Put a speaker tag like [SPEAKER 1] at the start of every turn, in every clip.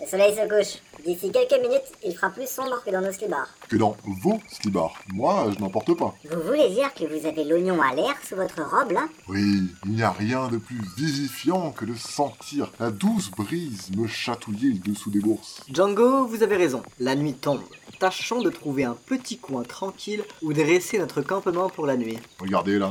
[SPEAKER 1] Le soleil se couche. D'ici quelques minutes, il fera plus sombre que dans nos slibards.
[SPEAKER 2] Que dans vos slibards. Moi, je n'en porte pas.
[SPEAKER 1] Vous voulez dire que vous avez l'oignon à l'air sous votre robe, là
[SPEAKER 2] Oui, il n'y a rien de plus vivifiant que de sentir la douce brise me chatouiller le dessous des bourses.
[SPEAKER 3] Django, vous avez raison, la nuit tombe. Tâchons de trouver un petit coin tranquille où dresser notre campement pour la nuit.
[SPEAKER 2] Regardez là.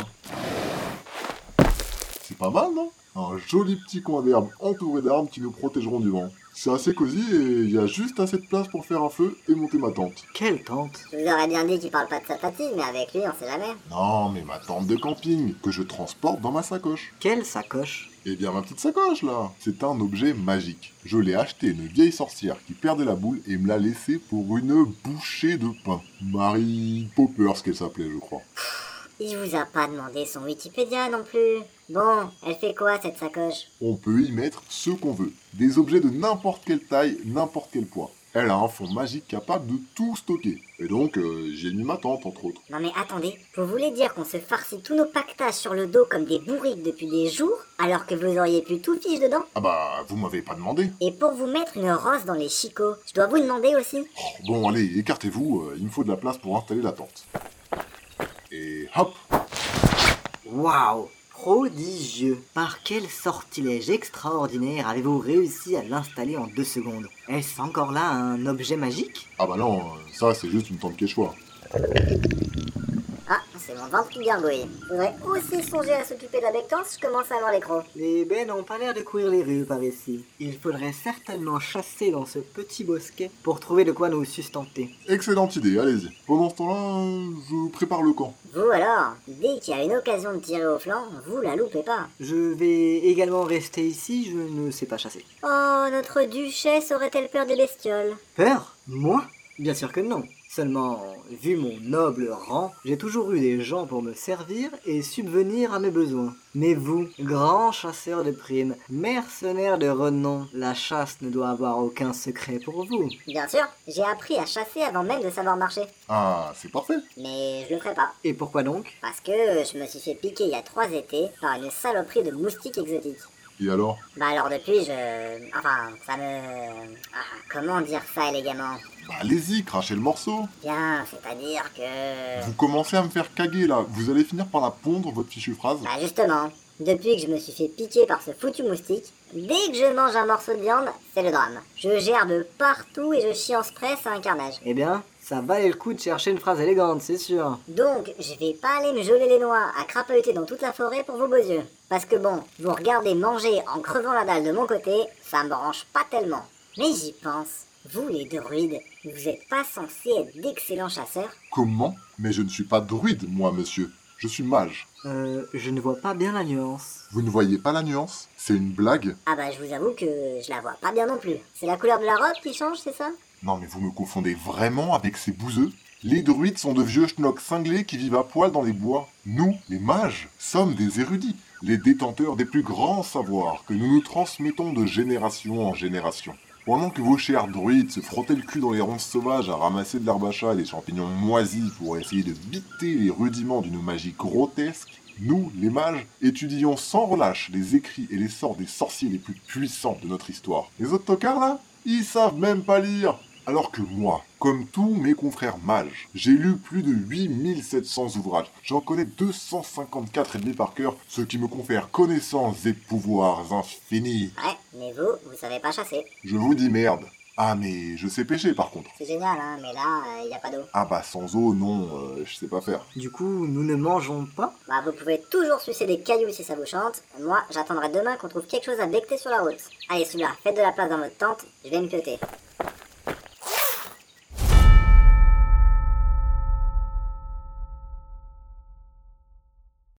[SPEAKER 2] C'est pas mal, non Un joli petit coin d'herbe entouré d'arbres qui nous protégeront du vent. C'est assez cosy et il y a juste assez de place pour faire un feu et monter ma tente.
[SPEAKER 3] Quelle tente
[SPEAKER 1] Je vous aurais bien dit qu'il parle pas de sa fatigue, mais avec lui, on sait jamais.
[SPEAKER 2] Non, mais ma tente de camping que je transporte dans ma sacoche.
[SPEAKER 3] Quelle sacoche
[SPEAKER 2] Eh bien, ma petite sacoche là C'est un objet magique. Je l'ai acheté à une vieille sorcière qui perdait la boule et me l'a laissée pour une bouchée de pain. Marie Popper, ce qu'elle s'appelait, je crois.
[SPEAKER 1] Il vous a pas demandé son Wikipédia non plus. Bon, elle fait quoi cette sacoche
[SPEAKER 2] On peut y mettre ce qu'on veut. Des objets de n'importe quelle taille, n'importe quel poids. Elle a un fond magique capable de tout stocker. Et donc, euh, j'ai mis ma tente, entre autres.
[SPEAKER 1] Non mais attendez, vous voulez dire qu'on se farcit tous nos pactages sur le dos comme des bourriques depuis des jours, alors que vous auriez pu tout fiche dedans
[SPEAKER 2] Ah bah, vous m'avez pas demandé.
[SPEAKER 1] Et pour vous mettre une rose dans les chicots, je dois vous demander aussi
[SPEAKER 2] Bon, allez, écartez-vous, euh, il me faut de la place pour installer la tente. Et hop
[SPEAKER 3] Waouh Prodigieux Par quel sortilège extraordinaire avez-vous réussi à l'installer en deux secondes Est-ce encore là un objet magique
[SPEAKER 2] Ah bah non, euh, ça c'est juste une tente quechua.
[SPEAKER 1] Ah, c'est mon ventre qui gargouille. Faudrait aussi songer à s'occuper de la bectance, je commence à avoir les crocs.
[SPEAKER 3] Les baies n'ont pas l'air de courir les rues par ici. Il faudrait certainement chasser dans ce petit bosquet pour trouver de quoi nous sustenter.
[SPEAKER 2] Excellente idée, allez-y. Pendant ce temps-là, euh, je prépare le camp.
[SPEAKER 1] Vous alors, dès qu'il y a une occasion de tirer au flanc, vous la loupez pas.
[SPEAKER 3] Je vais également rester ici, je ne sais pas chasser.
[SPEAKER 1] Oh, notre duchesse aurait-elle peur des bestioles
[SPEAKER 3] Peur Moi Bien sûr que non. Seulement, vu mon noble rang, j'ai toujours eu des gens pour me servir et subvenir à mes besoins. Mais vous, grand chasseur de primes, mercenaire de renom, la chasse ne doit avoir aucun secret pour vous.
[SPEAKER 1] Bien sûr, j'ai appris à chasser avant même de savoir marcher.
[SPEAKER 2] Ah, c'est parfait.
[SPEAKER 1] Mais je le ferai pas.
[SPEAKER 3] Et pourquoi donc
[SPEAKER 1] Parce que je me suis fait piquer il y a trois étés par une saloperie de moustiques exotiques.
[SPEAKER 2] Et alors
[SPEAKER 1] Bah alors depuis je... Enfin, ça me... Ah, comment dire ça élégamment
[SPEAKER 2] Bah allez-y, crachez le morceau.
[SPEAKER 1] Bien, c'est-à-dire que...
[SPEAKER 2] Vous commencez à me faire caguer là, vous allez finir par la pondre votre fichue phrase.
[SPEAKER 1] Bah justement, depuis que je me suis fait piquer par ce foutu moustique, dès que je mange un morceau de viande, c'est le drame. Je gerbe partout et je chie en spray, c'est un carnage.
[SPEAKER 3] Eh bien, ça valait le coup de chercher une phrase élégante, c'est sûr.
[SPEAKER 1] Donc, je vais pas aller me geler les noix à crapahuter dans toute la forêt pour vos beaux yeux. Parce que bon, vous regardez manger en crevant la dalle de mon côté, ça me branche pas tellement. Mais j'y pense. Vous, les druides, vous êtes pas censés être d'excellents chasseurs
[SPEAKER 2] Comment Mais je ne suis pas druide, moi, monsieur. Je suis mage.
[SPEAKER 3] Euh, je ne vois pas bien la nuance.
[SPEAKER 2] Vous ne voyez pas la nuance C'est une blague
[SPEAKER 1] Ah bah, je vous avoue que je la vois pas bien non plus. C'est la couleur de la robe qui change, c'est ça
[SPEAKER 2] Non mais vous me confondez vraiment avec ces bouseux Les druides sont de vieux schnocks cinglés qui vivent à poil dans les bois. Nous, les mages, sommes des érudits, les détenteurs des plus grands savoirs que nous nous transmettons de génération en génération. Pendant que vos chers druides se frottaient le cul dans les ronces sauvages à ramasser de l'herbe à chat et des champignons moisis pour essayer de biter les rudiments d'une magie grotesque, nous, les mages, étudions sans relâche les écrits et les sorts des sorciers les plus puissants de notre histoire. Les autres tocards, là Ils savent même pas lire Alors que moi, comme tous mes confrères mages, j'ai lu plus de 8700 ouvrages. J'en connais 254 et demi par cœur, ce qui me confère connaissances et pouvoirs infinis.
[SPEAKER 1] Ouais, mais vous, vous savez pas chasser.
[SPEAKER 2] Je vous dis merde. Ah mais je sais pêcher par contre.
[SPEAKER 1] C'est génial, hein, mais là, il y a pas d'eau.
[SPEAKER 2] Ah bah sans eau non, euh, je sais pas faire.
[SPEAKER 3] Du coup, nous ne mangeons pas
[SPEAKER 1] Bah, vous pouvez toujours sucer des cailloux si ça vous chante. Moi, j'attendrai demain qu'on trouve quelque chose à becter sur la route. Allez, celui-là, faites de la place dans votre tente, je vais me pioter.